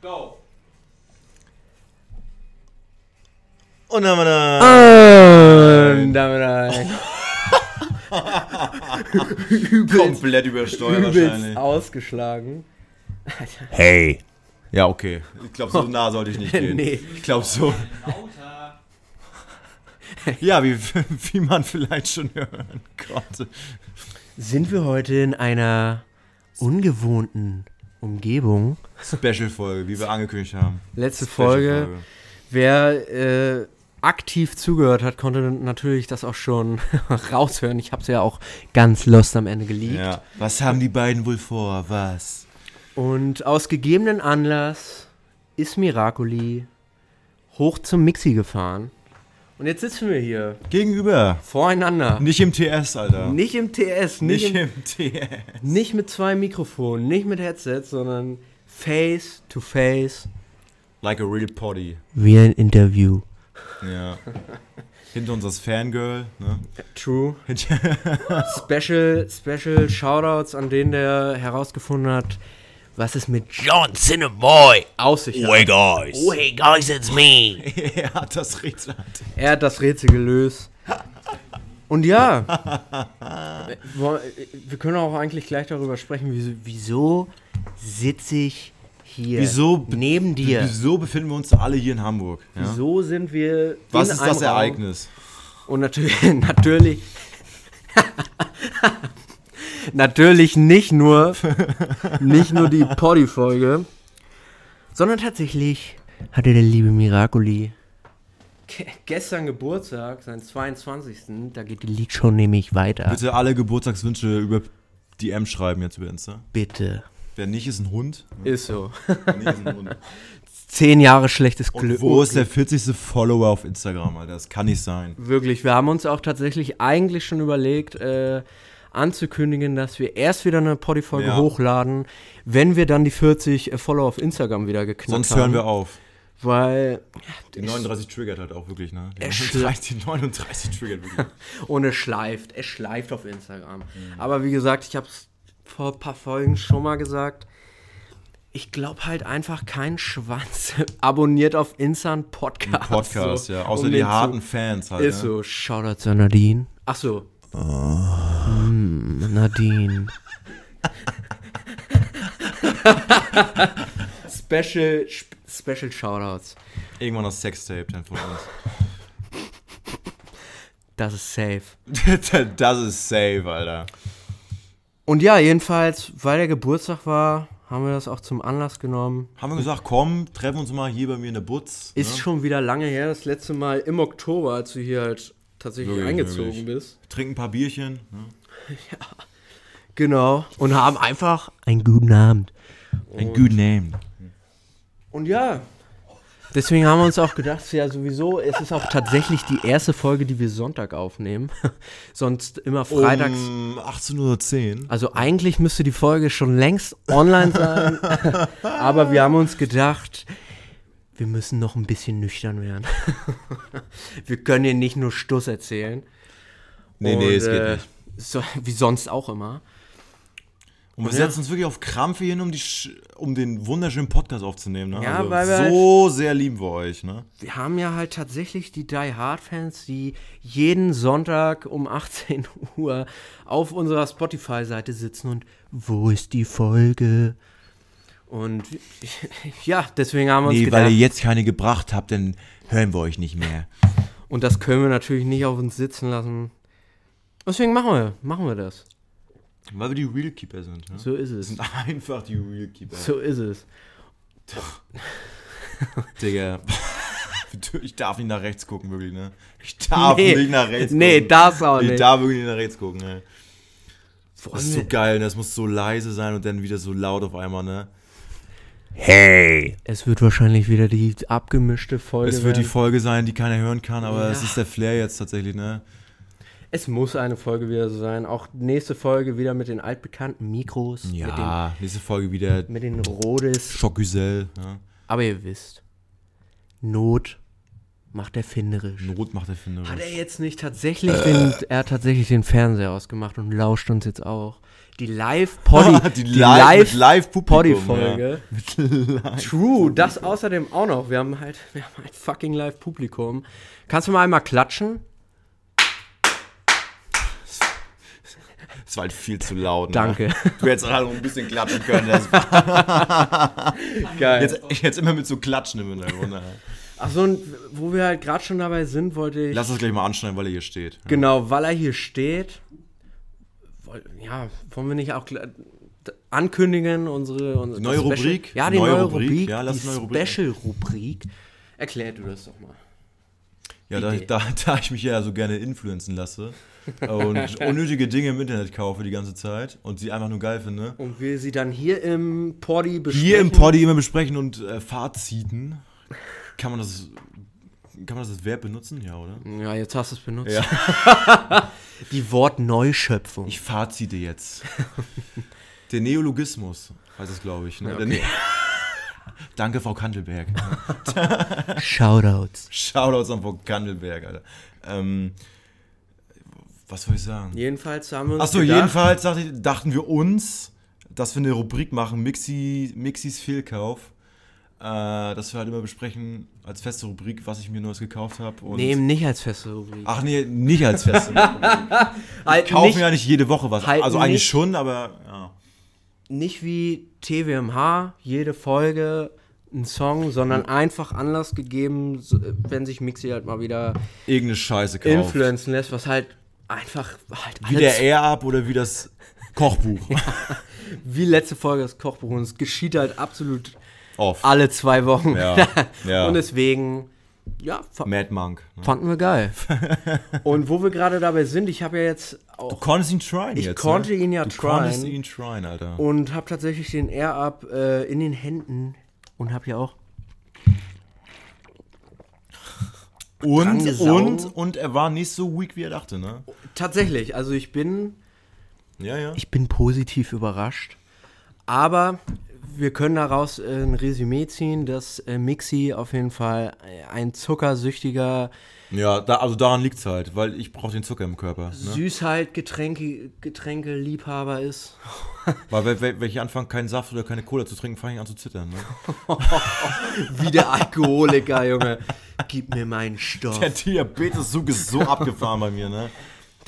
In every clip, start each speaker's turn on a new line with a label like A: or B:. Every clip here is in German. A: Go.
B: Und dann haben wir da.
C: Und damit ein übelst,
B: Komplett übersteuert
C: übelst
B: wahrscheinlich.
C: ausgeschlagen.
B: Hey. Ja, okay. Ich glaube, so nah sollte ich nicht gehen.
C: Nee.
B: Ich glaube so.
A: Lauter.
B: Ja, wie, wie man vielleicht schon hören konnte.
C: Sind wir heute in einer ungewohnten Umgebung?
B: Special-Folge, wie wir angekündigt haben.
C: Letzte
B: Special-Folge.
C: Folge. Wer äh, aktiv zugehört hat, konnte natürlich das auch schon raushören. Ich habe es ja auch ganz lost am Ende geleakt.
B: Ja. Was haben die beiden wohl vor? Was?
C: Und aus gegebenen Anlass ist Miracoli hoch zum Mixi gefahren. Und jetzt sitzen wir hier
B: Gegenüber.
C: voreinander.
B: Nicht im TS, Alter.
C: Nicht im TS, nicht,
B: Nicht
C: im,
B: im TS.
C: nicht mit zwei Mikrofonen, nicht mit Headset, sondern face to face.
B: Like a real potty.
C: Wie ein Interview.
B: Ja. Hinter uns das Fangirl, ne?
C: True.
B: Hinter-
C: Special, special Shoutouts an den, der herausgefunden hat, was es mit
D: John Cinnaboy.
C: auf sich
D: Hey
C: hat.
D: guys. Oh hey guys, it's me.
B: er hat das Rätsel.
C: Er hat das Rätsel gelöst. Und ja, wo- wir können auch eigentlich gleich darüber sprechen, wieso, wieso sitze ich hier
B: Wieso be-
C: neben dir?
B: Wieso befinden wir uns alle hier in Hamburg? Ja?
C: Wieso sind wir
B: Was
C: in
B: ist
C: einem
B: das
C: Raum?
B: Ereignis?
C: Und natürlich, natürlich, natürlich nicht nur, nicht nur die Poddy-Folge, sondern tatsächlich hatte der liebe Miracoli ge- gestern Geburtstag, seinen 22. Da geht die League schon nämlich weiter.
B: Bitte alle Geburtstagswünsche über DM schreiben jetzt über Insta.
C: Bitte.
B: Wer nicht, ist ein Hund.
C: Ist so.
B: Wer nicht, ist ein Hund.
C: Zehn Jahre schlechtes Glück.
B: Und wo ist der 40. Follower auf Instagram, Alter? Das kann nicht sein.
C: Wirklich, wir haben uns auch tatsächlich eigentlich schon überlegt, äh, anzukündigen, dass wir erst wieder eine Poddy-Folge
B: Ja.
C: hochladen, wenn wir dann die 40 Follower auf Instagram wieder geknackt
B: Sonst
C: haben.
B: hören wir auf.
C: Weil,
B: Die 39 triggert halt auch wirklich, ne? Die
C: Er
B: 39, die 39 triggert wirklich.
C: und es schleift, es schleift auf Instagram.
B: Mhm.
C: Aber wie gesagt, ich habe es vor ein paar Folgen schon mal gesagt, ich glaube halt einfach kein Schwanz abonniert auf Insta einen Podcast.
B: Podcast,
C: so,
B: ja. Außer
C: um
B: die
C: den zu-
B: harten Fans halt.
C: Ist
B: ne?
C: so, Shoutout zu Nadine. Ach so. Ah. Mm, Nadine. special, sp- special Shoutouts.
B: Irgendwann das Sextape dann von
C: Das ist safe.
B: uns. das ist safe, Alter.
C: Und ja, jedenfalls, weil der Geburtstag war, haben wir das auch zum Anlass genommen.
B: Haben wir gesagt, komm, treffen uns mal hier bei mir in der Butz.
C: Ist schon wieder lange her, das letzte Mal im Oktober, als du hier halt tatsächlich
B: Wirklich,
C: eingezogen
B: wirklich.
C: bist.
B: Trinken ein paar Bierchen. Ne?
C: Genau. Und haben einfach einen guten Abend.
B: Ein good name.
C: Und ja. Deswegen haben wir uns auch gedacht, ja sowieso, es ist auch tatsächlich die erste Folge, die wir Sonntag aufnehmen. Sonst immer freitags.
B: Um 18.10 Uhr.
C: Also eigentlich müsste die Folge schon längst online sein. aber wir haben uns gedacht, wir müssen noch ein bisschen nüchtern werden. wir können hier nicht nur Stuss erzählen.
B: Nee, nee, es
C: äh,
B: geht nicht.
C: So, wie sonst auch immer.
B: Und wir setzen uns wirklich auf Krampfe hin, um, die, Sch- um den wunderschönen Podcast aufzunehmen. Ne?
C: Ja, weil wir-
B: so sehr lieben wir euch. Ne?
C: wir haben ja halt tatsächlich die Die Hard Fans, die jeden Sonntag um 18 Uhr auf unserer Spotify-Seite sitzen und wo ist die Folge? Und ja, deswegen haben wir uns
B: Nee, weil
C: gedacht,
B: ihr jetzt keine gebracht habt, dann hören wir euch nicht mehr.
C: und das können wir natürlich nicht auf uns sitzen lassen. Deswegen machen wir, machen wir das.
B: Weil wir die Real Keeper sind. Ne?
C: So ist
B: Wir
C: es.
B: sind einfach die Real Keeper.
C: So ist es.
B: Digga. Ich darf nicht nach rechts gucken, wirklich, ne? Ich darf
C: Nee.
B: nicht nach rechts
C: Nee,
B: gucken.
C: das auch nicht.
B: Ich darf wirklich nicht nach rechts gucken, ne? Das ist so
C: wir-
B: geil, ne? Das muss so leise sein und dann wieder so laut auf einmal, ne?
D: Hey.
C: Es wird wahrscheinlich wieder die abgemischte Folge.
B: Es wird die
C: werden.
B: Folge sein, die keiner hören kann, aber es
C: Ja.
B: ist der Flair jetzt tatsächlich, ne?
C: es muss eine Folge wieder so sein. Auch nächste Folge wieder mit den altbekannten Mikros. Mit den
B: Ja, nächste Folge wieder
C: mit den Rodes.
B: Schockgüsel, ne?
C: Aber ihr wisst, Not macht erfinderisch.
B: Not macht er finde.
C: Hat er jetzt nicht tatsächlich den, er hat tatsächlich den Fernseher ausgemacht und lauscht uns jetzt auch. die Live-Poddy,
B: die live, Live-Publikum.
C: Poddy-Folge. True, das außerdem auch noch. Wir haben halt, wir haben halt fucking Live-Publikum. Kannst du mal einmal klatschen?
B: Das war halt viel zu laut. Ne?
C: Danke.
B: Du hättest halt auch ein bisschen klatschen können. Das war
C: Geil.
B: jetzt, jetzt immer mit so Klatschen im Hintergrund. ne?
C: Achso, und wo wir halt gerade schon dabei sind, wollte ich.
B: Lass das gleich mal anschneiden, weil er hier steht.
C: Genau, weil er hier steht. woll- Ja, wollen wir nicht auch gl- d- ankündigen, unsere, unsere
B: neue
C: das
B: Rubrik?
C: Ja, die neue,
B: Neue
C: Rubrik.
B: Rubrik, ja, lass
C: die
B: eine neue Rubrik
C: Special-Rubrik. Erklär du das doch mal.
B: Ja, da,
C: Idee.
B: da, da ich mich ja so gerne influenzen lasse und unnötige Dinge im Internet kaufe die ganze Zeit und sie einfach nur geil finde.
C: Und wir sie dann hier im Poddy besprechen.
B: Hier im Poddy immer besprechen und äh, Faziten. Kann man das. Kann man das als Verb benutzen? Ja, oder?
C: Ja, jetzt hast du es benutzt.
B: Ja.
C: die Wortneuschöpfung.
B: Ich fazite jetzt. Der Neologismus heißt es, glaube ich. Ne? Der
C: okay.
B: Ne Danke, Frau Kandelberg.
C: Shoutouts.
B: Shoutouts an Frau Kandelberg, Alter. Ähm, was soll ich sagen?
C: Jedenfalls haben wir uns.
B: Achso,
C: gedacht-
B: jedenfalls dachte, ich- dachten wir uns, dass wir eine Rubrik machen, Mixi, Mixis Fehlkauf. Äh, dass wir halt immer besprechen, als feste Rubrik, was ich mir Neues gekauft habe. und-
C: Nee, eben nicht als feste Rubrik.
B: Ach nee, nicht als feste. Wir
C: Halt
B: Kaufen
C: nicht,
B: ja nicht jede Woche was.
C: Halt
B: also eigentlich
C: nicht.
B: schon, aber ja.
C: nicht wie TWMH, jede Folge ein Song, sondern einfach Anlass gegeben, so, wenn sich Mixi halt mal wieder
B: irgendeine Scheiße kauft.
C: influenzen lässt, was halt einfach halt
B: Genau. Wie
C: alles,
B: der Air Up oder wie das Kochbuch.
C: wie letzte Folge das Kochbuch und es geschieht halt absolut
B: Off.
C: alle zwei Wochen.
B: Ja, ja.
C: Und deswegen, ja, fa
B: Mad Monk. Ne?
C: fanden wir geil. und wo wir gerade dabei sind, ich habe ja jetzt
B: Du
C: auch
B: konntest ihn tryen
C: Ich
B: jetzt.
C: konnte
B: ne?
C: ihn ja
B: du konntest
C: tryen.
B: ihn tryen, Alter.
C: und habe tatsächlich den Air Up äh, in den Händen und habe ja auch
B: Und,
C: angesaugt.
B: und, und er war nicht so weak, wie er dachte, ne?
C: tatsächlich, also ich bin
B: Ja, ja.
C: Ich bin positiv überrascht. Aber wir können daraus äh, ein Resümee ziehen, dass äh, Mixi auf jeden Fall äh, ein zuckersüchtiger
B: Ja, da, also daran liegt's halt, weil ich brauche den Zucker im Körper. Ne?
C: Süßheit-Getränke- Getränkeliebhaber ist.
B: Weil, weil, weil wenn ich anfange, keinen Saft oder keine Cola zu trinken, fange ich an zu zittern. Ne?
C: Wie der Alkoholiker, Junge. Gib mir meinen Stoff.
B: Der Diabetes-Zug ist so abgefahren bei mir, ne?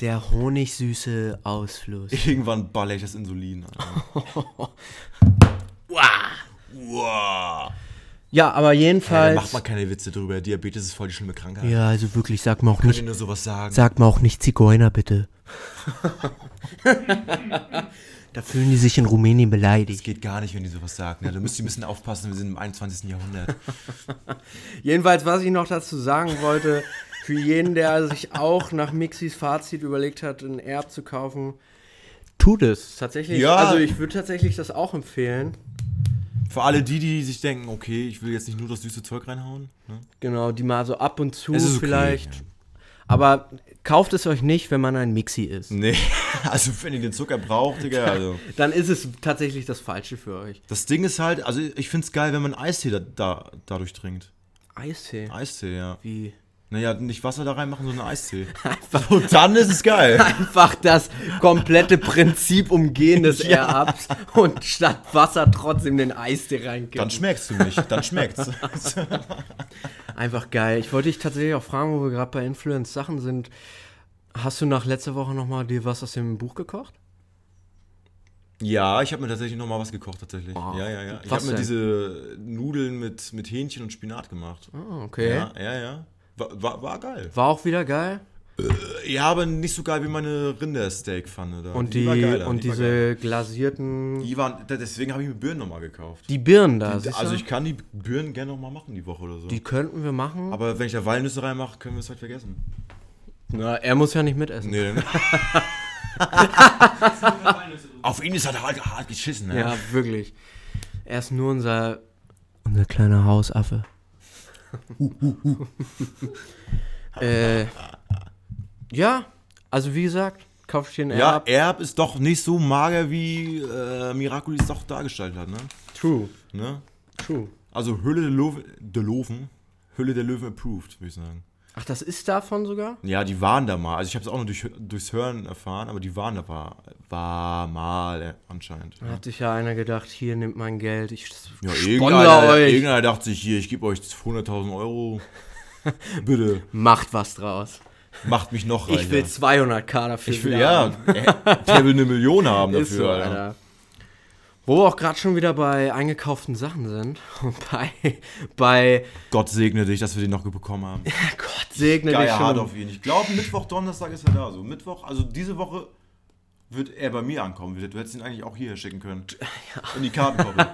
C: Der honigsüße Ausfluss.
B: Irgendwann baller ich das Insulin. Alter. Wow.
C: Ja, aber
B: Da
C: jedenfalls.
B: macht man keine Witze drüber. Diabetes ist voll die schlimme Krankheit.
C: ja, also wirklich, sag mal auch
B: Ich
C: nicht.
B: will nur sowas sagen.
C: Sag mal auch nicht Zigeuner, bitte. da fühlen die sich in Rumänien beleidigt.
B: Das geht gar nicht, wenn die sowas sagen. Ne? Da müsst ihr ein bisschen aufpassen, wir sind im 21. Jahrhundert.
C: Jedenfalls, was ich noch dazu sagen wollte, für jeden, der sich auch nach Mixis Fazit überlegt hat, ein Erb zu kaufen, tut es. Tatsächlich,
B: Ja.
C: also ich würde tatsächlich das auch empfehlen.
B: Für alle die, die sich denken, okay, ich will jetzt nicht nur das süße Zeug reinhauen. Ne?
C: Genau, die mal so ab und zu
B: Es ist okay,
C: vielleicht.
B: ja.
C: Aber kauft es euch nicht, wenn man ein Mixi ist.
B: Nee, also wenn ihr den Zucker braucht, Digga, also...
C: Dann ist es tatsächlich das Falsche für euch.
B: Das Ding ist halt, also ich find's geil, wenn man Eistee da, da, dadurch trinkt.
C: Eistee.
B: Eistee, ja.
C: Wie?
B: Naja, nicht Wasser da reinmachen, sondern Eistee. Und dann ist es geil.
C: Einfach das komplette Prinzip umgehen des Erbs und statt Wasser trotzdem den Eistee reinkippen.
B: Dann schmeckst du nicht, dann schmeckt's.
C: Einfach geil. Ich wollte dich tatsächlich auch fragen, wo wir gerade bei Influence-Sachen sind. Hast du nach letzter Woche nochmal dir was aus dem Buch gekocht?
B: Ja, ich habe mir tatsächlich nochmal was gekocht, tatsächlich. Ja, ja, ja. Ich
C: Was
B: habe mir
C: denn?
B: diese Nudeln mit, mit Hähnchen und Spinat gemacht.
C: Ah, okay.
B: Ja, ja, ja. War, war, war geil.
C: War auch wieder geil.
B: Ja, aber nicht so geil wie meine Rindersteak-Pfanne da.
C: Und, die,
B: war geiler,
C: und
B: die war
C: diese
B: geiler.
C: glasierten.
B: Die waren, da- deswegen habe ich mir Birnen nochmal gekauft.
C: Die Birnen da. siehst
B: also
C: du?
B: ich kann die Birnen gerne nochmal machen die Woche oder so.
C: die könnten wir machen.
B: Aber wenn ich da Walnüsse reinmache, können wir es halt vergessen.
C: Na, er muss ja nicht mitessen.
B: Nee. Auf ihn ist halt hart, hart geschissen, ne?
C: Ja, wirklich. Er ist nur unser. Unser kleiner Hausaffe. äh, ja, also wie gesagt, kaufst dir einen
B: Ja,
C: Erb.
B: Erb ist doch nicht so mager, wie äh, Miraculi es doch dargestellt hat, ne?
C: True,
B: ne?
C: true.
B: Also Hülle der, Löwen- der Löwen, Hülle der Löwen approved, würde ich sagen.
C: Ach, das ist davon sogar?
B: Ja, die waren da mal. Also ich habe es auch nur durch, durchs Hören erfahren, aber die waren da war, war mal äh, anscheinend.
C: Da hat sich ja einer gedacht, hier nimmt mein Geld, ich
B: Ja,
C: sponsor
B: irgendeiner,
C: euch.
B: irgendeiner dachte sich hier, ich gebe euch 100.000 Euro. Bitte,
C: Macht was draus.
B: macht mich noch reicher.
C: Ich will 200k dafür.
B: Ich will,
C: wieder
B: ja,
C: haben.
B: äh, der will eine Million haben dafür.
C: Ist so,
B: Alter.
C: Alter. Wo wir auch gerade schon wieder bei eingekauften Sachen sind und bei, bei
B: Gott segne dich, dass wir den noch bekommen haben.
C: Gott segne dich
B: Geier
C: schon.
B: hart auf ihn. Ich glaube, Mittwoch, Donnerstag ist er da. So Mittwoch, also diese Woche wird er bei mir ankommen. Du hättest ihn eigentlich auch hierher schicken können. In die Kartenkoppel.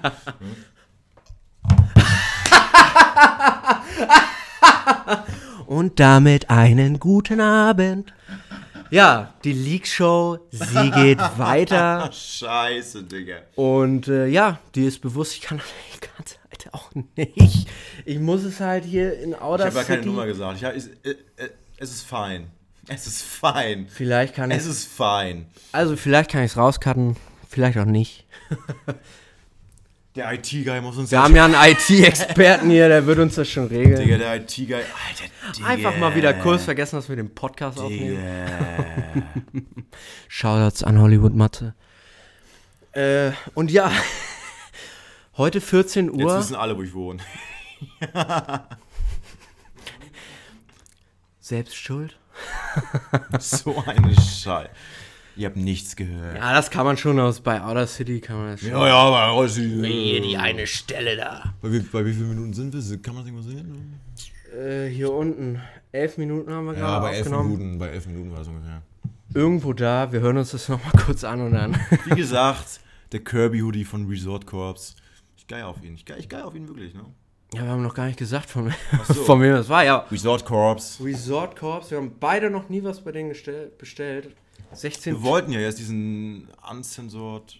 C: Und damit einen guten Abend. Ja, die League Show, sie geht weiter.
B: Scheiße, Digga.
C: Und äh, ja, die ist bewusst, ich kann ich es halt auch nicht. Ich muss es halt hier in
B: Ich
C: Outer
B: habe ja keine
C: City-
B: Nummer gesagt. Ich, hab- ist- äh, äh, es ist fein. Es ist fein.
C: Vielleicht kann ich
B: Es ist fein.
C: also vielleicht kann ich es rauscutten, vielleicht auch nicht.
B: Der IT-Guy muss uns...
C: Wir haben ja einen IT-Experten hier, der wird uns das schon regeln.
B: Digga, der IT-Guy... Alter, Digga.
C: Einfach mal wieder kurz vergessen, dass wir den Podcast aufnehmen.
B: Digga.
C: Shoutouts an Hollywood Matze. Äh, und ja, heute 14
B: Jetzt
C: Uhr.
B: wissen alle, wo ich wohne.
C: Selbst schuld?
B: So eine Scheiße. Ihr habt nichts gehört.
C: Ja, das kann man schon aus bei Outer City kann man das schon.
B: Ja, ja, aber heute,
D: Hier die eine Stelle da.
B: bei, wie, bei wie vielen Minuten sind wir? Kann man das irgendwo sehen?
C: Äh, hier unten. Elf Minuten haben wir
B: Ja,
C: gerade
B: bei elf
C: aufgenommen.
B: Minuten, bei elf Minuten war das ungefähr.
C: Irgendwo da, wir hören uns das nochmal kurz an und dann.
B: Wie gesagt, der Kirby-Hoodie von Resort Corps. Ich geil auf ihn. Ich geil, ich geil auf ihn wirklich, ne?
C: ja, wir haben noch gar nicht gesagt, von,
B: so.
C: von wem das war. Ja,
B: Resort Corps.
C: Resort Corps, wir haben beide noch nie was bei denen gestell, bestellt. 16
B: Wir wollten ja jetzt diesen Uncensored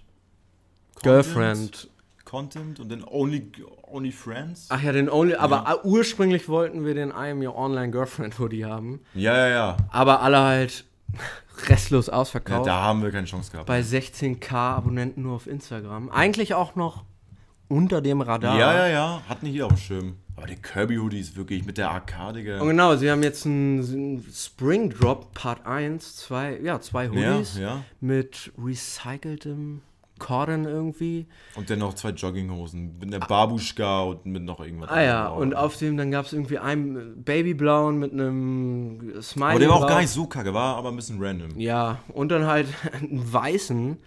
B: Content-
C: Girlfriend. Ah.
B: Content und dann Only, only Friends.
C: Ach ja, den Only. Aber äh, ursprünglich wollten wir den I'm Your Online Girlfriend Hoodie haben.
B: Ja, ja, ja,
C: Aber alle halt restlos
B: ja.
C: ausverkauft.
B: Da haben wir keine Chance gehabt.
C: bei 16k Abonnenten nur auf Instagram. Eigentlich auch noch unter dem Radar.
B: ja, ja, ja. Hatten die hier auf dem Schirm. Aber der Kirby-Hoodie ist wirklich mit der AK, Digga.
C: Und genau, sie haben jetzt einen Spring Drop Part 1, zwei, ja, zwei Hoodies
B: Ja, ja.
C: mit recyceltem Cordon irgendwie.
B: Und dann noch zwei Jogginghosen mit einer Babuschka und mit noch irgendwas.
C: Ah ja,
B: anderem.
C: und auf dem, dann gab es irgendwie einen Babyblauen mit einem Smiley.
B: Aber der war auch gar
C: drauf.
B: nicht so kacke, war aber ein bisschen random.
C: Ja, und dann halt einen weißen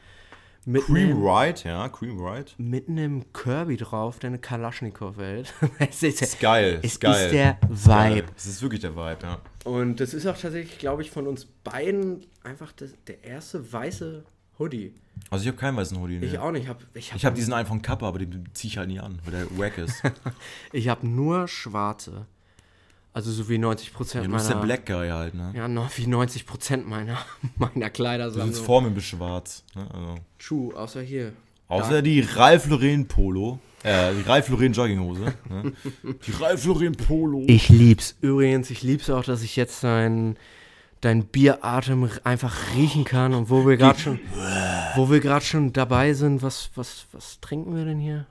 C: mit
B: Cream
C: einem,
B: Ride, ja, Cream Ride.
C: mit einem Kirby drauf, der eine Kalaschnikow hält. es ist,
B: Ist geil,
C: Es
B: ist geil.
C: ist der
B: Ist geil.
C: Vibe.
B: Es ist wirklich der Vibe, ja.
C: Und das ist auch tatsächlich, glaube ich, von uns beiden einfach das, der erste weiße Hoodie.
B: Also ich habe keinen weißen Hoodie. Nee.
C: Ich
B: Ich,
C: auch nicht. Ich habe ich hab,
B: habe diesen einen von Kappa, aber den ziehe ich halt nie an, weil der wack ist.
C: ich hab nur schwarze. Also so wie 90%
B: Ja, du
C: meiner...
B: bist der Black Guy halt, ne?
C: Ja, noch wie 90% meiner, meiner
B: Du sitzt
C: Kleidersammlung.
B: vor mir bis schwarz. Ne? Also.
C: True, außer hier.
B: Außer die Ralf Lauren Polo. Äh, die Ralf Lauren Jogginghose. Ne? Die Ralf Lauren Polo.
C: Ich lieb's. Übrigens, ich lieb's auch, dass ich jetzt dein, dein Bieratem einfach riechen kann. Und wo wir gerade schon, wo wir gerade schon dabei sind, was, was, was trinken wir denn hier?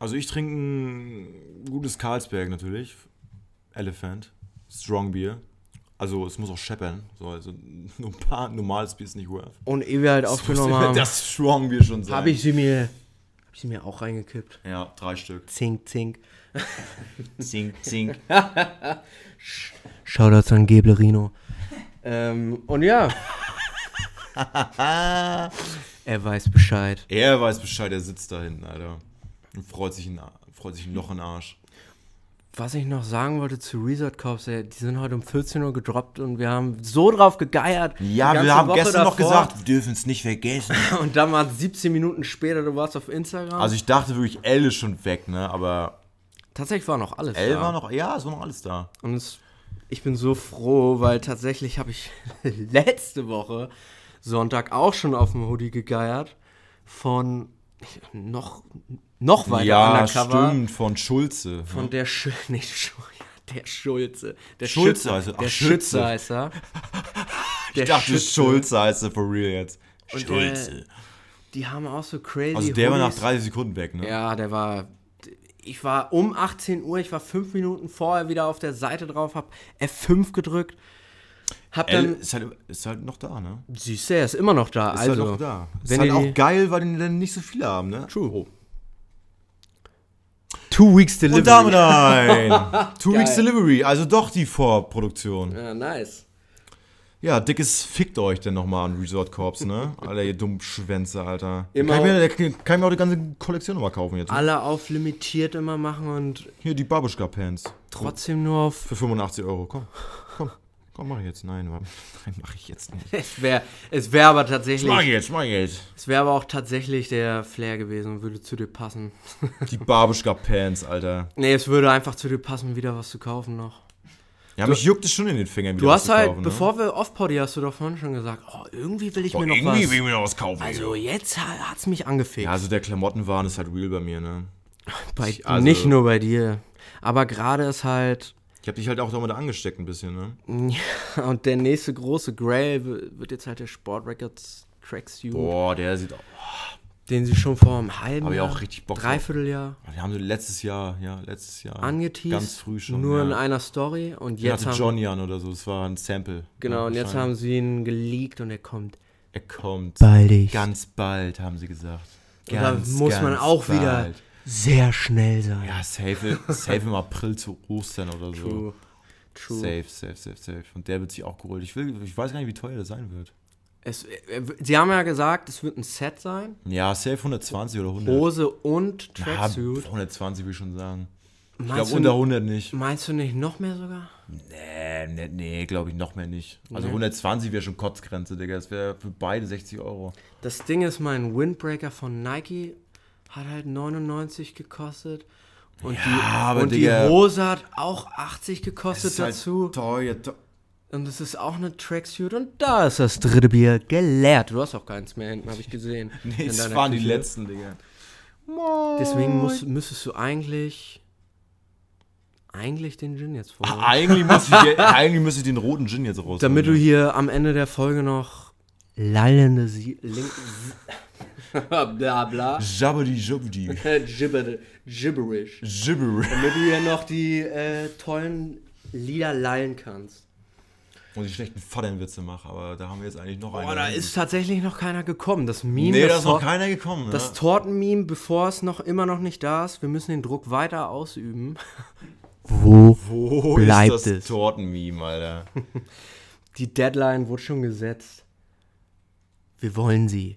B: Also ich trinke ein gutes Carlsberg natürlich. Elephant. Strong Beer. Also es muss auch scheppern. So, also nur ein paar normales Bier ist nicht worth.
C: Und ehe wir halt
B: Das muss
C: aufgenommen
B: immer
C: haben,
B: das Strong Beer schon sein.
C: habe ich sie mir, hab ich sie mir auch reingekippt.
B: Ja, drei Stück.
C: Zink, zink.
B: Zink, zink.
C: Shoutouts an Geblerino. ähm, und ja. er weiß Bescheid.
B: Er weiß Bescheid, er sitzt da hinten, Alter. Und freut sich ein, freut sich ein Loch in den Arsch.
C: Was ich noch sagen wollte zu Resort Corps, ey, die sind heute um 14 Uhr gedroppt und wir haben so drauf gegeiert. die
B: Ja,
C: ganze
B: wir haben
C: Woche
B: gestern noch
C: davor.
B: gesagt, wir dürfen es nicht vergessen.
C: Und dann waren es 17 Minuten später, du warst auf Instagram.
B: Also ich dachte wirklich, Elle ist schon weg, ne? Aber
C: tatsächlich war noch alles.
B: Elle
C: da.
B: war noch, ja, es war noch alles da.
C: Und es, ich bin so froh, weil tatsächlich habe ich letzte Woche Sonntag auch schon auf dem Hoodie gegeiert von noch, noch weiter
B: ja,
C: undercover.
B: stimmt, von Schulze.
C: Von der Sch nicht Sch ja, der Schulze. Der
B: Schulze
C: Schütze,
B: heißt er. Ach,
C: der
B: Schütze.
C: Schütze heißt er. Der
B: Ich dachte,
C: Schütze.
B: Schulze heißt er for real jetzt.
C: Und, äh, die haben auch so crazy
B: Also der war nach
C: Hoodies.
B: drei Sekunden weg, ne?
C: Ja, der war ich war um 18 Uhr, ich war fünf Minuten vorher wieder auf der Seite drauf, hab F5 gedrückt, hab
B: L
C: dann.
B: ist halt, ist halt noch da, ne?
C: Siehst du, er ist immer noch da.
B: Ist
C: also,
B: halt noch da. Ist
C: wenn
B: halt
C: ihr
B: auch
C: die-
B: geil, weil die dann nicht so viele haben, ne? True. Oh.
C: Two Weeks Delivery.
B: Und damit ein. Two Weeks
C: Geil.
B: Delivery, also doch die Vorproduktion.
C: Ja, nice.
B: Ja, dickes fickt euch denn nochmal an Resort Corps, ne? Alter, ihr dummen Schwänze, Alter.
C: Immer Ah.
B: kann, ich mir, kann ich mir auch die ganze Kollektion nochmal kaufen jetzt.
C: Alle auf limitiert immer machen und
B: Hier, die Babuschka-Pants.
C: trotzdem nur auf.
B: Für 85 Euro, komm. Komm, komm, mach ich jetzt. Nein, wa- nein mach ich jetzt nicht.
C: Es wäre es wär aber tatsächlich.
B: Mach ich jetzt, mach ich jetzt.
C: Es wäre aber auch tatsächlich der Flair gewesen und würde zu dir passen.
B: Die Babuschka-Pants, Alter.
C: Nee, es würde einfach zu dir passen, wieder was zu kaufen noch.
B: Ja, mich juckt es schon in den Fingern,
C: Du
B: wieder
C: hast
B: was zu
C: halt,
B: kaufen, ne?
C: bevor wir off-Poddy hast du doch vorhin schon gesagt, oh, irgendwie will ich mir noch
B: irgendwie
C: was.
B: will ich mir noch was kaufen. Also,
C: also jetzt ha- hat's mich angefegt.
B: ja, also der Klamottenwahn ist halt real bei mir, ne?
C: bei,
B: ich- also-
C: nicht nur bei dir. Aber gerade ist halt,
B: Ich hab dich halt auch damit angesteckt ein bisschen, ne?
C: ja, und der nächste große Grail w- wird jetzt halt der Sport Records Tracksuit,
B: Boah, der sieht auch.
C: den sie schon vor einem halben
B: Hab ich
C: Jahr,
B: auch richtig Bock drauf.
C: Dreivierteljahr
B: Wir haben sie letztes Jahr, ja, letztes Jahr.
C: angeteased.
B: Ganz früh schon.
C: Nur
B: ja. also
C: in einer Story und
B: Den
C: jetzt
B: hatte
C: haben,
B: John Jan oder so, es war ein Sample.
C: genau,
B: Ja,
C: und jetzt
B: wahrscheinlich.
C: haben sie ihn geleakt und er kommt.
B: Er kommt.
C: Baldig.
B: Ganz bald, haben sie gesagt.
C: Und da
B: Ganz,
C: muss man
B: ganz
C: auch wieder
B: bald.
C: sehr schnell sein.
B: Ja, safe, safe im April zu Ostern oder so.
C: True. True.
B: Safe, safe, safe, safe. Und der wird sich auch geholt. Ich, will, ich weiß gar nicht, wie teuer der sein wird.
C: Es, äh, sie haben ja gesagt, es wird ein Set sein.
B: Ja, safe 120 oder 100.
C: Hose und
B: Ja,
C: Tracksuit.
B: 120 will ich schon sagen. Ich
C: Meinst,
B: glaube
C: du-
B: unter 100 nicht.
C: meinst du nicht noch mehr sogar?
B: Nee, nee, nee glaube ich noch mehr nicht. Also 120 wäre schon Kotzgrenze, Digga. Das wäre für beide 60 Euro.
C: Das Ding ist, mein Windbreaker von Nike hat halt 99 gekostet. Und,
B: aber
C: die, und die
B: Digga. halt
C: Hose hat auch 80 gekostet dazu.
B: teuer, teuer.
C: und es ist auch eine Tracksuit. Und da ist das dritte Bier geleert. Du hast auch keins mehr hinten, habe ich gesehen.
B: Nee,
C: in
B: das
C: deiner
B: waren die
C: Küche.
B: letzten, Digga.
C: Deswegen musst, müsstest du eigentlich. Eigentlich den Gin jetzt vor.
B: Eigentlich muss, ich, eigentlich muss ich den roten Gin jetzt raus.
C: Damit du hier am Ende der Folge noch lallende Sie Link bla bla
B: Jabbedi Jabbedi.
C: Gibber gibberish.
B: Gibber.
C: Damit du hier noch die äh, tollen Lieder lallen kannst.
B: Und die schlechten Vatternwitze mache, aber da haben wir jetzt eigentlich noch einen.
C: Boah, da ist tatsächlich noch keiner gekommen. Das Meme,
B: Nee, da
C: das,
B: ist noch
C: Tor-
B: keiner gekommen.
C: das
B: ne?
C: Tortenmeme, bevor es noch immer noch nicht da ist, wir müssen den Druck weiter ausüben. Wo?
B: Wo
C: bleibt
B: ist das
C: es.
B: Tortenmeme, Alter?
C: Die Deadline wurde schon gesetzt. Wir wollen sie.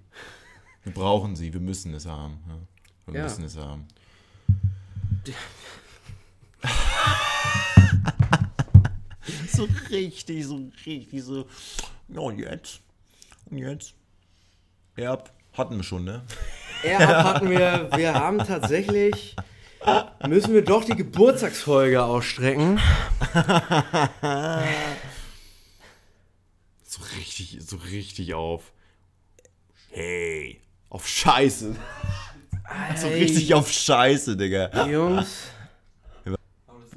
B: Wir brauchen sie, wir müssen es haben. Ja. Wir
C: Ja.
B: müssen es haben. so richtig, so richtig, so. Ja, und jetzt? Und jetzt? Erb hatten wir schon, ne?
C: Air-Up hatten wir, wir haben tatsächlich, müssen wir doch die Geburtstagsfolge ausstrecken.
B: So richtig, so richtig auf. Hey, auf Scheiße. So richtig auf Scheiße, Digga.
C: Jungs,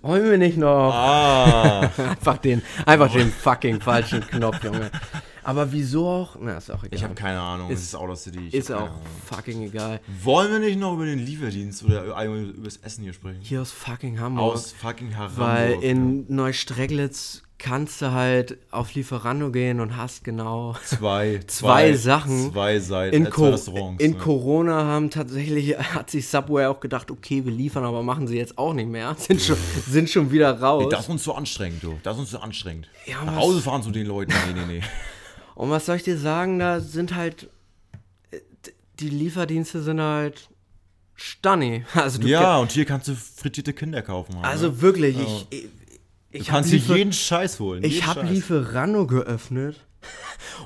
C: wollen wir nicht noch
B: Ah.
C: einfach den, einfach den fucking falschen Knopf, Junge. Aber wieso auch? Na, ist auch egal.
B: Ich habe keine Ahnung. es ist Outer City. Ich
C: ist
B: hab
C: auch
B: keine Ahnung.
C: fucking egal.
B: Wollen wir nicht noch über den Lieferdienst oder allgemein über das Essen hier sprechen?
C: Hier aus fucking Hamburg.
B: Aus fucking Hamburg.
C: weil in Neustreglitz kannst du halt auf Lieferando gehen und hast genau
B: zwei,
C: zwei Sachen
B: Zwei Seiten.
C: in,
B: äh,
C: Co
B: zwei Restaurants.
C: in
B: ne?
C: Corona haben tatsächlich, hat sich Subway auch gedacht, okay, wir liefern, aber machen sie jetzt auch nicht mehr. Sind schon, sind schon wieder raus.
B: Nee, das ist uns zu anstrengend, du. Das ist uns zu anstrengend.
C: Ja,
B: Nach
C: was-
B: Hause fahren zu den Leuten. Nee, nee, nee.
C: Und was soll ich dir sagen, da sind halt, äh, d- die Lieferdienste sind halt Stanni. Also du
B: ja, und hier kannst du frittierte Kinder kaufen. Alter.
C: Also wirklich, ich, ich,
B: du
C: ich habe
B: kannst dir
C: Liefer
B: jeden Scheiß holen.
C: ich
B: jeden
C: hab
B: Scheiß.
C: Lieferando geöffnet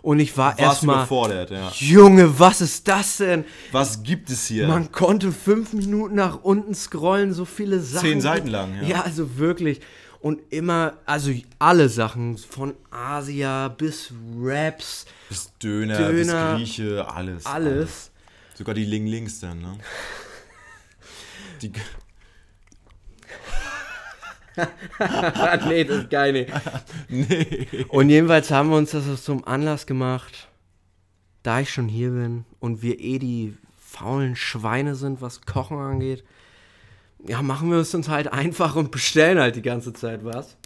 C: und ich war
B: Warst
C: erstmal,
B: überfordert, ja.
C: Junge, was ist das denn?
B: Was gibt es hier?
C: Man konnte fünf Minuten nach unten scrollen, so viele Sachen.
B: Zehn Seiten lang, ja.
C: Ja, also wirklich. Und immer, also alle Sachen, von Asia bis Raps,
B: bis Döner,
C: Döner,
B: bis Grieche, alles.
C: alles.
B: Sogar die Ling Lings dann, ne? Die,
C: nee, das ist geil. Nee.
B: nee.
C: Und jedenfalls haben wir uns das so zum Anlass gemacht, da ich schon hier bin und wir eh die faulen Schweine sind, was Kochen angeht, ja, machen wir es uns halt einfach und bestellen halt die ganze Zeit was.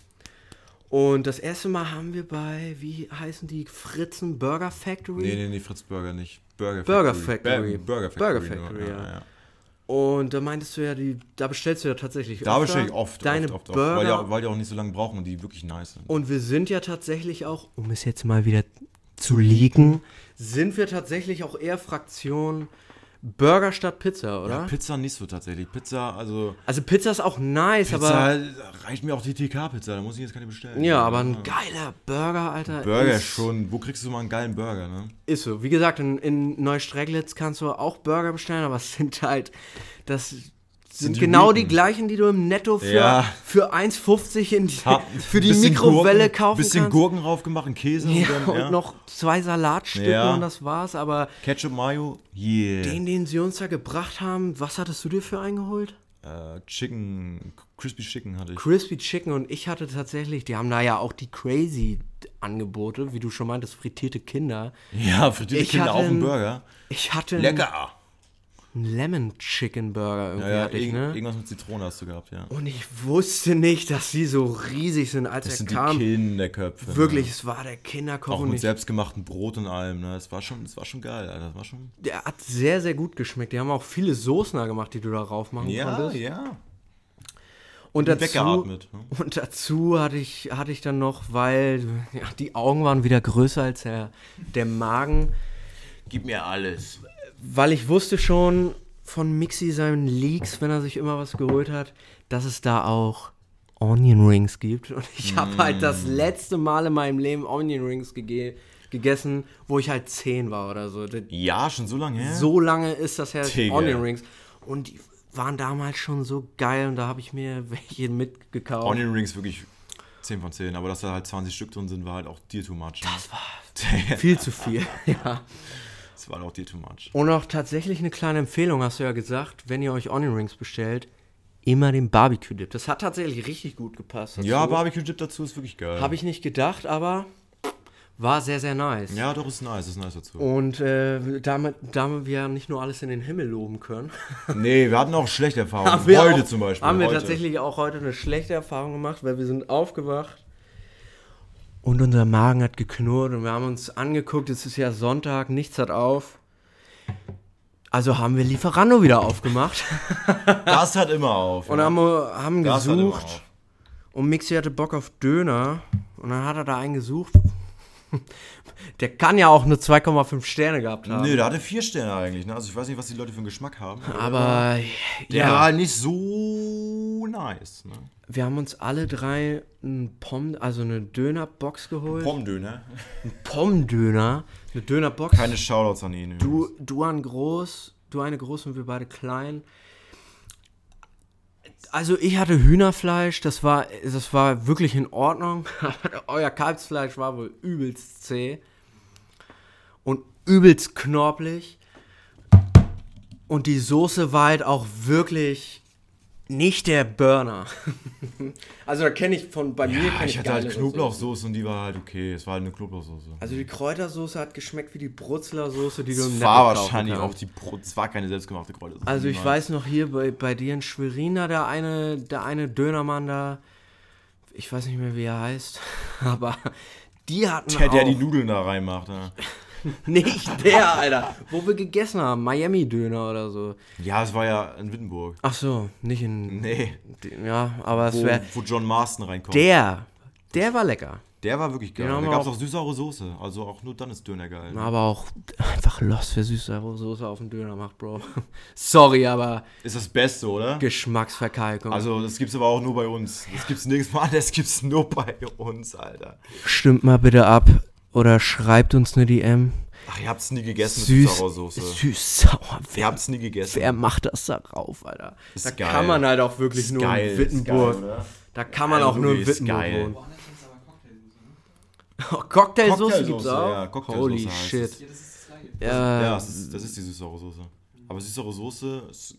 C: Und das erste Mal haben wir bei, wie heißen die, Fritzen Burger Factory?
B: Nee, nee, nee, Fritz Burger nicht. Burger
C: Burger Factory.
B: Ba- Burger Factory.
C: Burger
B: nur,
C: Factory, ja.
B: ja, ja.
C: Und da meintest du ja, die, da bestellst du ja tatsächlich
B: Da
C: öfter
B: bestelle ich oft,
C: deine
B: oft, oft, oft.
C: Burger.
B: Weil, die auch, weil die auch nicht so lange brauchen und die wirklich nice sind.
C: Und wir sind ja tatsächlich auch, um es jetzt mal wieder zu liegen, sind wir tatsächlich auch eher Fraktion Burger statt Pizza, oder?
B: Ja, Pizza nicht so tatsächlich. Pizza, also
C: also Pizza ist auch nice, aber
B: Pizza reicht mir auch die TK-Pizza, da muss ich jetzt keine bestellen.
C: ja, aber ein geiler Burger, Alter.
B: Burger
C: ist,
B: schon. Wo kriegst du mal einen geilen Burger, ne?
C: Ist so. Wie gesagt, in, in Neustrelitz kannst du auch Burger bestellen, aber es sind halt, das sind,
B: die
C: genau die
B: guten.
C: gleichen, die du im Netto für,
B: Ja.
C: für 1,50 in die,
B: Ha,
C: für die
B: bisschen
C: Mikrowelle
B: Gurken,
C: kaufen
B: Bisschen
C: kannst.
B: Gurken drauf gemacht, einen Käse
C: Ja,
B: und dann
C: und
B: ja.
C: noch zwei Salatstücke
B: Ja.
C: und das war's, aber
B: Ketchup Mayo. Yeah.
C: den, den sie uns da gebracht haben, was hattest du dir für eingeholt?
B: äh, Chicken, Crispy Chicken hatte ich.
C: Crispy Chicken und ich hatte tatsächlich, die haben da ja auch die crazy Angebote, wie du schon meintest, frittierte Kinder.
B: Ja, für die
C: Ich
B: Kinder
C: hatte
B: auch einen
C: einen-
B: Burger.
C: Ich hatte
B: Lecker.
C: einen Lemon Chicken Burger irgendwie
B: Ja, ja,
C: hatte ich,
B: irg
C: ne?
B: Irgendwas mit Zitrone hast du gehabt, ja.
C: Und ich wusste nicht, dass die so riesig sind, als
B: Das
C: er
B: sind die
C: kam.
B: Kinderköpfe. ne?
C: Wirklich, es war der Kinderkoch
B: Auch
C: und
B: mit
C: ich,
B: selbstgemachtem Brot und allem, ne? Das war schon, das war schon geil, Alter. Das war schon.
C: der hat sehr, sehr gut geschmeckt. Die haben auch viele Soßen da gemacht, die du da drauf machen konntest.
B: ja.
C: Und dazu,
B: Weggeatmet. Ne?
C: Und dazu hatte ich, hatte ich dann noch, weil ja, die Augen waren wieder größer als der, der Magen,
B: Gib mir alles.
C: weil ich wusste schon von Mixi seinen Leaks, wenn er sich immer was geholt hat, dass es da auch Onion Rings gibt. Und ich habe halt das
B: Mm.
C: letzte Mal in meinem Leben Onion Rings gege gegessen, wo ich halt 10 war oder so. D-
B: Ja, schon so lange her.
C: So lange ist das her,
B: Digga.
C: Onion Rings. Und die waren damals schon so geil und da habe ich mir welche mitgekauft.
B: Onion Rings wirklich 10 von 10, aber dass da halt 20 Stück drin sind, war halt auch dir too much. ne?
C: das war viel zu viel, ja.
B: Das war halt auch dir too much.
C: Und auch tatsächlich eine kleine Empfehlung, hast du ja gesagt, wenn ihr euch Onion Rings bestellt, immer den Barbecue-Dip. Das hat tatsächlich richtig gut gepasst.
B: Ja, Barbecue Dip dazu ist wirklich geil.
C: Habe ich nicht gedacht, aber war sehr, sehr nice.
B: ja, doch, ist nice, ist nice dazu.
C: Und äh, damit, damit wir nicht nur alles in den Himmel loben können,
B: Nee, wir hatten auch schlechte Erfahrungen.
C: haben wir
B: heute
C: auch,
B: zum Beispiel.
C: Haben wir
B: heute.
C: tatsächlich auch heute eine schlechte Erfahrung gemacht, weil wir sind aufgewacht. Und unser Magen hat geknurrt und wir haben uns angeguckt, es ist ja Sonntag, nichts hat auf. Also haben wir Lieferando wieder aufgemacht.
B: Das hat immer auf.
C: Und
B: ja.
C: haben, haben
B: das hat immer
C: gesucht
B: auf.
C: und Mixi hatte Bock auf Döner und dann hat er da einen gesucht. Der kann ja auch nur 2,5 Sterne gehabt haben.
B: Nee, da hatte vier Sterne eigentlich. Ne? Also ich weiß nicht, was die Leute für einen Geschmack haben.
C: Aber
B: Der
C: ja,
B: war halt nicht so nice. Ne?
C: wir haben uns alle drei ein Pom, also eine Dönerbox geholt.
B: Pommdöner.
C: Pommdöner, eine Dönerbox.
B: Keine Shoutouts an ihn. ne?
C: du, du an groß, du eine groß und wir beide klein. Also ich hatte Hühnerfleisch, das war, das war wirklich in Ordnung. Aber Euer Kalbsfleisch war wohl übelst zäh und übelst knorpelig. Und die Soße war halt auch wirklich nicht der Burner. also da kenne ich von bei mir.
B: Ja,
C: kenn
B: ich hatte halt
C: geilere Soßen.
B: Knoblauchsoße und die war halt okay. Es war halt eine Knoblauchsoße.
C: Also die Kräutersoße hat geschmeckt wie die Brutzlersoße, die du im
B: es
C: Netto
B: war
C: kaufen
B: wahrscheinlich
C: kannst.
B: auch die Pro Es war keine selbstgemachte Kräutersoße.
C: Also ich
B: niemals.
C: weiß noch hier bei, bei dir in Schwerin, da der eine, der eine Dönermann da, ich weiß nicht mehr wie er heißt, aber die hatten
B: Der,
C: auch,
B: der die Nudeln da reinmacht. Ne?
C: nicht der, Alter, wo wir gegessen haben, Miami-Döner oder so.
B: Ja, es war ja in Wittenburg.
C: Ach so, nicht in,
B: Nee.
C: ja, aber es
B: Wo,
C: wäre,
B: wo John Marston reinkommt. Der,
C: der, der war lecker,
B: war wirklich geil.
C: Den haben
B: Da
C: wir
B: gab es
C: auch-
B: auch süß-saure Soße. Also auch nur dann ist Döner geil.
C: aber auch einfach los, wer süße Soße auf den Döner macht, Bro. Sorry, aber
B: Ist das Beste, oder?
C: Geschmacksverkalkung.
B: Also das gibt's aber auch nur bei uns. Das gibt's nirgends mal, das gibt's nur bei uns, Alter.
C: Stimmt mal bitte ab oder schreibt uns eine DM.
B: Ach, ihr habt's nie gegessen mit
C: Süß,
B: süß-saurer Soße.
C: süß-sauer,
B: Ihr habt's nie gegessen.
C: Wer macht das da rauf, Alter?
B: Ist
C: da
B: geil.
C: kann man halt auch wirklich
B: Ist
C: nur
B: geil,
C: in
B: ist
C: Wittenburg.
B: geil, oder?
C: da kann man
B: Alter,
C: auch nur in
B: Lugi, ist
C: Wittenburg
B: geil.
C: wohnen. Oh, Cocktailsoße gibt's
B: Cocktailsoße,
C: auch?
B: ja, Cocktailsoße
C: Holy
B: heißt es.
C: shit.
B: Ja,
C: Ja,
B: das ist, das ist die süß-saure Soße. Aber süß-saure Soße ist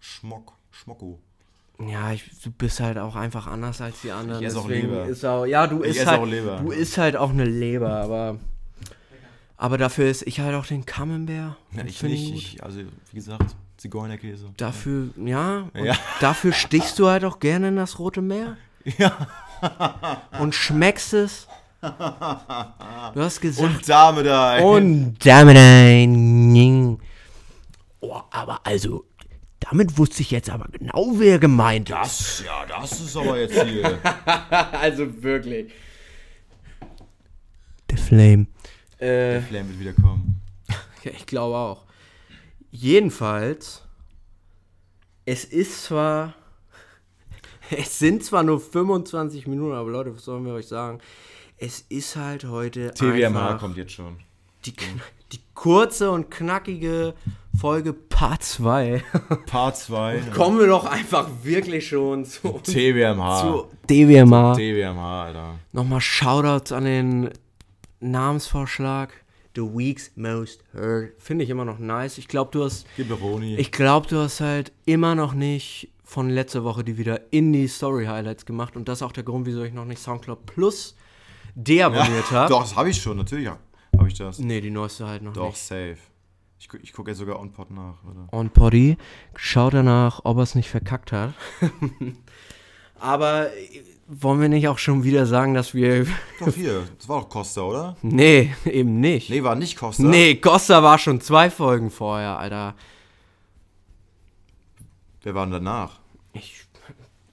B: Schmock, Schmocko.
C: ja ich, du bist halt auch einfach anders als die anderen.
B: esse auch
C: deswegen
B: Leber.
C: Ist auch, ja, du
B: Ich
C: isst
B: esse
C: halt,
B: auch Leber.
C: Du isst halt auch eine Leber, aber. Aber dafür ist ich halt auch den Camembert.
B: Ja,
C: Den
B: ich
C: find
B: nicht. Ich, also, wie gesagt, Zigeunerkäse.
C: Dafür, ja, und
B: Ja.
C: dafür stichst du halt auch gerne in das Rote Meer. Ja. Und schmeckst es. Du hast gesagt.
B: Und Dame da.
C: Und damit ein.
D: Oh, aber also, damit wusste ich jetzt aber genau, wer gemeint ist.
B: Das, ja, das ist aber jetzt hier.
C: Also wirklich.
D: The Flame.
C: Äh,
B: Flame wird wieder kommen.
C: Ja, ich glaube auch. Jedenfalls, es ist zwar, es sind zwar nur 25 Minuten, aber Leute, was sollen wir euch sagen? Es ist halt heute
B: TWMH
C: einfach
B: kommt jetzt schon.
C: Die, kn- die kurze und knackige Folge Part 2.
B: Part 2.
C: Kommen wir doch einfach wirklich schon zu,
B: TWMH.
C: zu DWMA.
B: TWMH, Alter.
C: Nochmal Shoutouts an den Namensvorschlag. The Week's Most Heard. Finde ich immer noch nice. Ich glaube, du hast
B: Gibberoni.
C: Ich glaube, du hast halt immer noch nicht von letzter Woche die wieder in die Story Highlights gemacht und das ist auch der Grund, wieso ich noch nicht Soundcloud Plus deabonniert habe.
B: Doch, das habe ich schon, natürlich habe ich das.
C: Nee, die neueste halt noch
B: Doch,
C: nicht.
B: safe. Ich, gu- ich gucke jetzt sogar OnPod nach, oder?
C: Und Poddy, schau danach, ob er es nicht verkackt hat. Aber äh, wollen wir nicht auch schon wieder sagen, dass wir.
B: Doch, hier. Das war doch Costa, oder?
C: Nee, eben nicht. Nee,
B: Nee, war nicht Costa.
C: Costa war schon zwei Folgen vorher, Alter.
B: Wer war denn danach?
C: Ich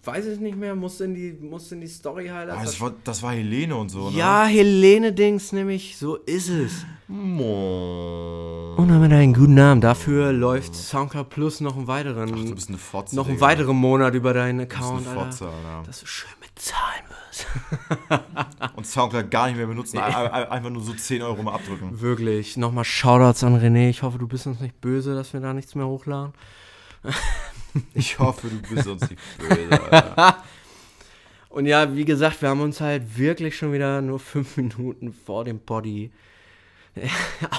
C: weiß es nicht mehr, muss in die, muss in die Story
B: Ah,
C: Highlights.
B: Das war, das war Helene und so, ne?
C: Ja, Helene Dings nämlich, so ist es.
B: Mo.
C: Und damit einen guten Namen. Dafür läuft Soundcloud Plus noch einen
B: Du
C: weiteren,
B: bist eine Fotze.
C: noch einen
B: Digga.
C: weiteren Monat über deinen
B: Du bist
C: Account,
B: eine Fotze,
C: Alter.
B: Alter.
C: Dass du schön mit zahlen wirst.
B: Und Soundcloud gar nicht mehr benutzen. ein- ein- Einfach nur so 10 Euro mal abdrücken.
C: Wirklich. Nochmal Shoutouts an René. Ich hoffe, du bist uns nicht böse, dass wir da nichts mehr hochladen.
B: Ich hoffe, du bist uns nicht böse, Alter.
C: Und ja, wie gesagt, wir haben uns halt wirklich schon wieder nur fünf Minuten vor dem Body äh,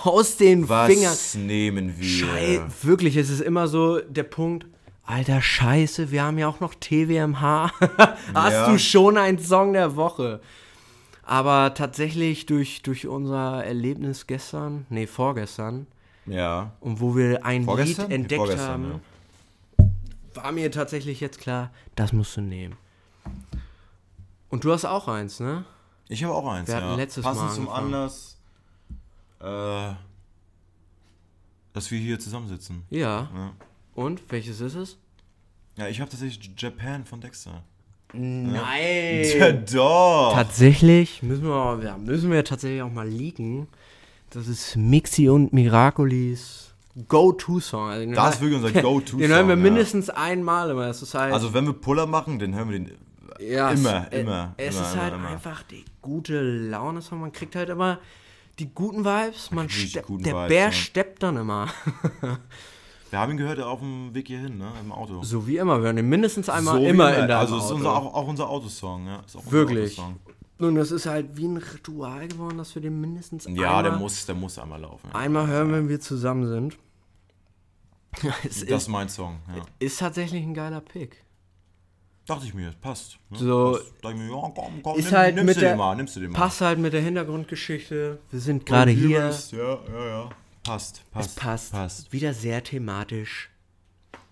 C: aus den
B: Was
C: Fingern.
B: nehmen wir?
C: Schei wirklich, es ist immer so der Punkt, alter Scheiße, wir haben ja auch noch TWMH. Hast
B: Ja.
C: du schon einen Song der Woche? Aber tatsächlich durch, durch unser Erlebnis gestern, nee, vorgestern,
B: Ja.
C: und wo wir ein
B: Vorgestern?
C: Lied entdeckt
B: Vorgestern,
C: haben, war mir tatsächlich jetzt klar, das musst du nehmen. Und du hast auch eins, ne?
B: Ich habe auch eins.
C: Wir hatten
B: ja.
C: letztes
B: Passend
C: Mal
B: zum
C: angefangen.
B: Anlass, äh, dass wir hier zusammensitzen.
C: Ja.
B: Ja.
C: Und welches ist es?
B: Ja, ich habe tatsächlich Japan von Dexter. Ja,
C: Nein!
B: doch.
C: Tatsächlich müssen wir, ja, müssen wir tatsächlich auch mal leaken. Das ist Mixi und Miracolis Go-To-Song. Also den
B: Das ist
C: hör-
B: wirklich unser Go-To-Song.
C: Den hören wir
B: ja.
C: mindestens einmal immer. Das ist halt,
B: Also wenn wir Puller machen, dann hören wir den
C: ja,
B: immer,
C: es,
B: immer.
C: Es
B: immer,
C: ist
B: immer,
C: halt
B: immer.
C: einfach die gute Laune. Song. Man kriegt halt immer die guten Vibes. Man
B: Richtig
C: stepp,
B: guten
C: der
B: Vibes,
C: Bär
B: ja.
C: steppt dann immer.
B: Wir haben ihn gehört auf dem Weg hierhin, ne? Im Auto.
C: so wie immer. Wir hören den mindestens einmal
B: So wie
C: immer in deinem
B: Also es ist
C: Auto.
B: unser, auch, auch unser Autosong, ja. Ist auch unser
C: Wirklich.
B: Autosong.
C: Und das ist halt wie ein Ritual geworden, dass wir den mindestens
B: Ja,
C: einmal...
B: der muss, der muss einmal laufen. Ja.
C: Einmal hören, wenn wir zusammen sind. Es
B: Das
C: ist,
B: ist mein Song, ja.
C: ist tatsächlich ein geiler Pick.
B: Dachte ich mir, passt. Ne?
C: So,
B: passt. Dachte ich mir, ja, komm, komm,
C: ist
B: nimm,
C: halt
B: nimmst
C: mit
B: du
C: der-
B: den mal, nimmst du den mal.
C: Passt halt mit der Hintergrundgeschichte. Wir sind gerade
B: Und
C: hier.
B: Übelst, Ja, ja, ja. Passt, passt.
C: Es passt.
B: Passt.
C: Wieder sehr thematisch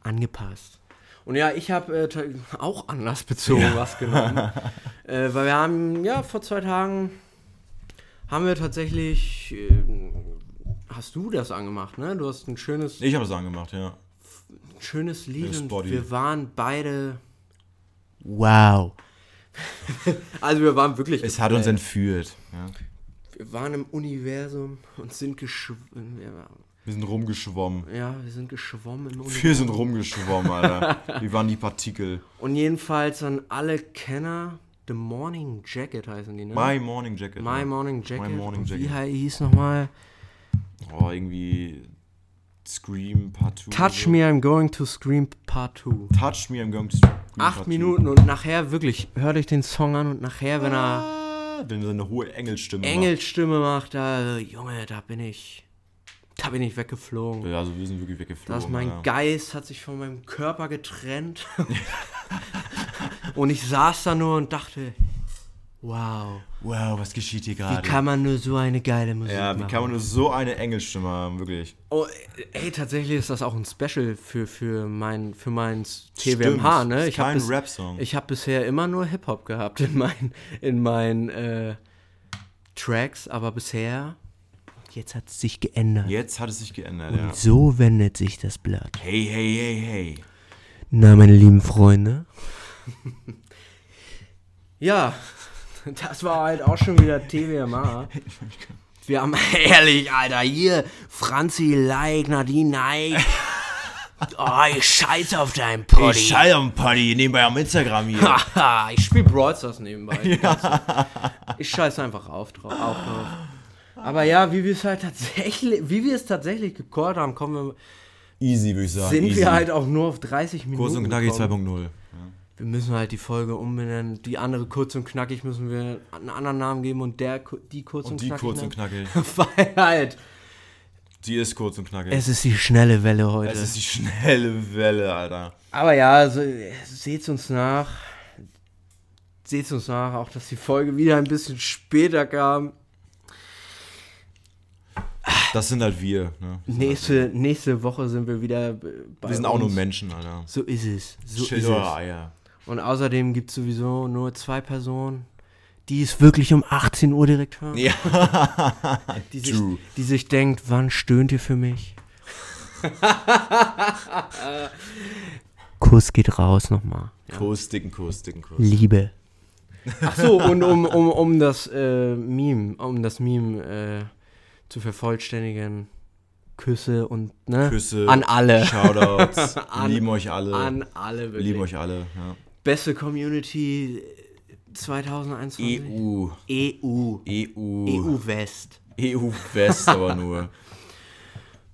C: angepasst. Und ja, ich habe äh, ta- auch anlassbezogen was genommen. äh, weil wir haben, ja, vor zwei Tagen haben wir tatsächlich. Äh, hast du das angemacht, ne? Du hast ein schönes,
B: Ich habe es angemacht, ja.
C: schönes Lied
B: Das
C: und
B: Body.
C: wir waren beide.
D: Wow.
C: Also, wir waren wirklich.
B: Es hat uns entführt. Ja.
C: Wir waren im Universum und sind geschwommen.
B: Wir sind rumgeschwommen.
C: Ja, wir sind geschwommen im Universum.
B: Wir sind rumgeschwommen, Alter. Wir waren die Partikel.
C: Und jedenfalls an alle Kenner, The Morning Jacket heißen die, ne?
B: My Morning Jacket. ne?
C: My
B: ja.
C: Morning Jacket.
B: My Morning
C: Und Wie
B: Jacket.
C: hei- hieß nochmal?
B: Oh, irgendwie Scream Part 2.
C: Touch Me, I'm Going to Scream Part 2.
B: Touch Me, I'm going to Scream Part
C: Acht
B: Two.
C: Minuten und nachher wirklich, hört euch den Song an und nachher, wenn er
B: Ah, Wenn er eine hohe Engelstimme
C: Engelstimme macht, da, Junge, da bin ich, da bin ich weggeflogen.
B: macht. Ja, also wir sind wirklich weggeflogen.
C: Dass mein
B: ja.
C: Geist hat sich von meinem Körper getrennt. und ich saß da nur und dachte, Wow.
B: Wow, was geschieht hier
C: Wie
B: gerade?
C: kann man nur so eine geile Musik
B: ja, wie
C: machen?
B: kann man nur so eine Engelstimme haben, wirklich?
C: Oh, ey, tatsächlich ist das auch ein Special für, für mein, für mein TWMH,
B: Stimmt,
C: ne?
B: ist
C: Ich hab
B: kein
C: bis-
B: Rap-Song.
C: Ich habe bisher immer nur Hip-Hop gehabt in meinen in mein, äh, Tracks, aber bisher.
D: Jetzt hat es sich geändert.
B: Jetzt hat es sich geändert, ja.
D: So wendet sich das Blatt.
B: Hey, hey, hey, hey.
D: Na, meine lieben Freunde.
C: Ja, das war halt auch schon wieder TWMH. Wir haben ehrlich, Alter, hier Franzi Leigner, die neigt.
D: Oh, ich scheiß auf deinen Poddy.
B: schalte am Party, nebenbei am Instagram hier.
C: Haha, ich spiele Brawl Stars nebenbei. die ganze Zeit. Ich scheiße einfach auf drauf, auch drauf. Aber ja, wie wir es halt tatsächlich, wie wir es tatsächlich gecallt haben, kommen
B: Easy, würde ich
C: wir,
B: sagen.
C: sind
B: easy.
C: wir halt auch nur auf 30 Minuten.
B: Kurz und knackig
C: gekommen.
B: 2.0.
C: Wir müssen halt die Folge umbenennen. Die andere kurz und knackig müssen wir einen anderen Namen geben und der ku- die kurz und,
B: Und die
C: knackig. ne?
B: kurz und knackig.
C: knackig. Weil halt,
B: Die ist kurz und knackig.
D: Es ist die schnelle Welle heute.
B: Es ist die schnelle Welle, Alter.
C: aber ja, also, äh, seht's uns nach. Seht's uns nach, auch dass die Folge wieder ein bisschen später kam.
B: Das sind halt wir. Ne?
C: Nächste, nächste Woche sind wir wieder äh, bei
B: Wir sind auch nur
C: uns.
B: Menschen, Alter.
D: so ist es.
C: So
B: Chill
C: ist
B: eure
C: es.
B: Eier.
C: Und außerdem gibt es sowieso nur zwei Personen,
D: Die ist wirklich um 18 Uhr direkt hören.
B: Ja.
C: die sich,
B: True.
C: die sich denkt, wann stöhnt ihr für mich?
D: Kuss geht raus nochmal.
B: Kuss, dicken Kuss, dicken Kuss.
D: Liebe.
C: Ach so, und um, um, um das äh, Meme, um das Meme äh, zu vervollständigen, Küsse und, ne?
B: Küsse.
C: An alle.
B: Shoutouts.
C: An-
B: lieben euch alle.
C: An alle, wirklich.
B: lieben euch alle. Ja.
C: Beste Community äh, 2021.
B: EU.
C: EU.
B: EU.
C: EU West.
B: EU E West aber nur.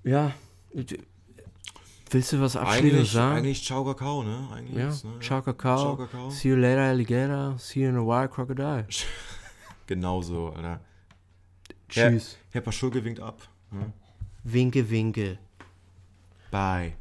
C: Ja. Willst du was abschließend
B: eigentlich,
C: sagen?
B: eigentlich Ciao Kakao, ne? Eigentlich
C: Ja,
B: ist, ne?
C: Ciao Kakao.
B: Ciao, Kakao.
C: See you later, Alligator. See you in a while, Crocodile.
B: Genauso, Alter.
C: Tschüss.
B: Herr, Herr Paschulke winkt ab.
C: Winke, winke.
B: Bye.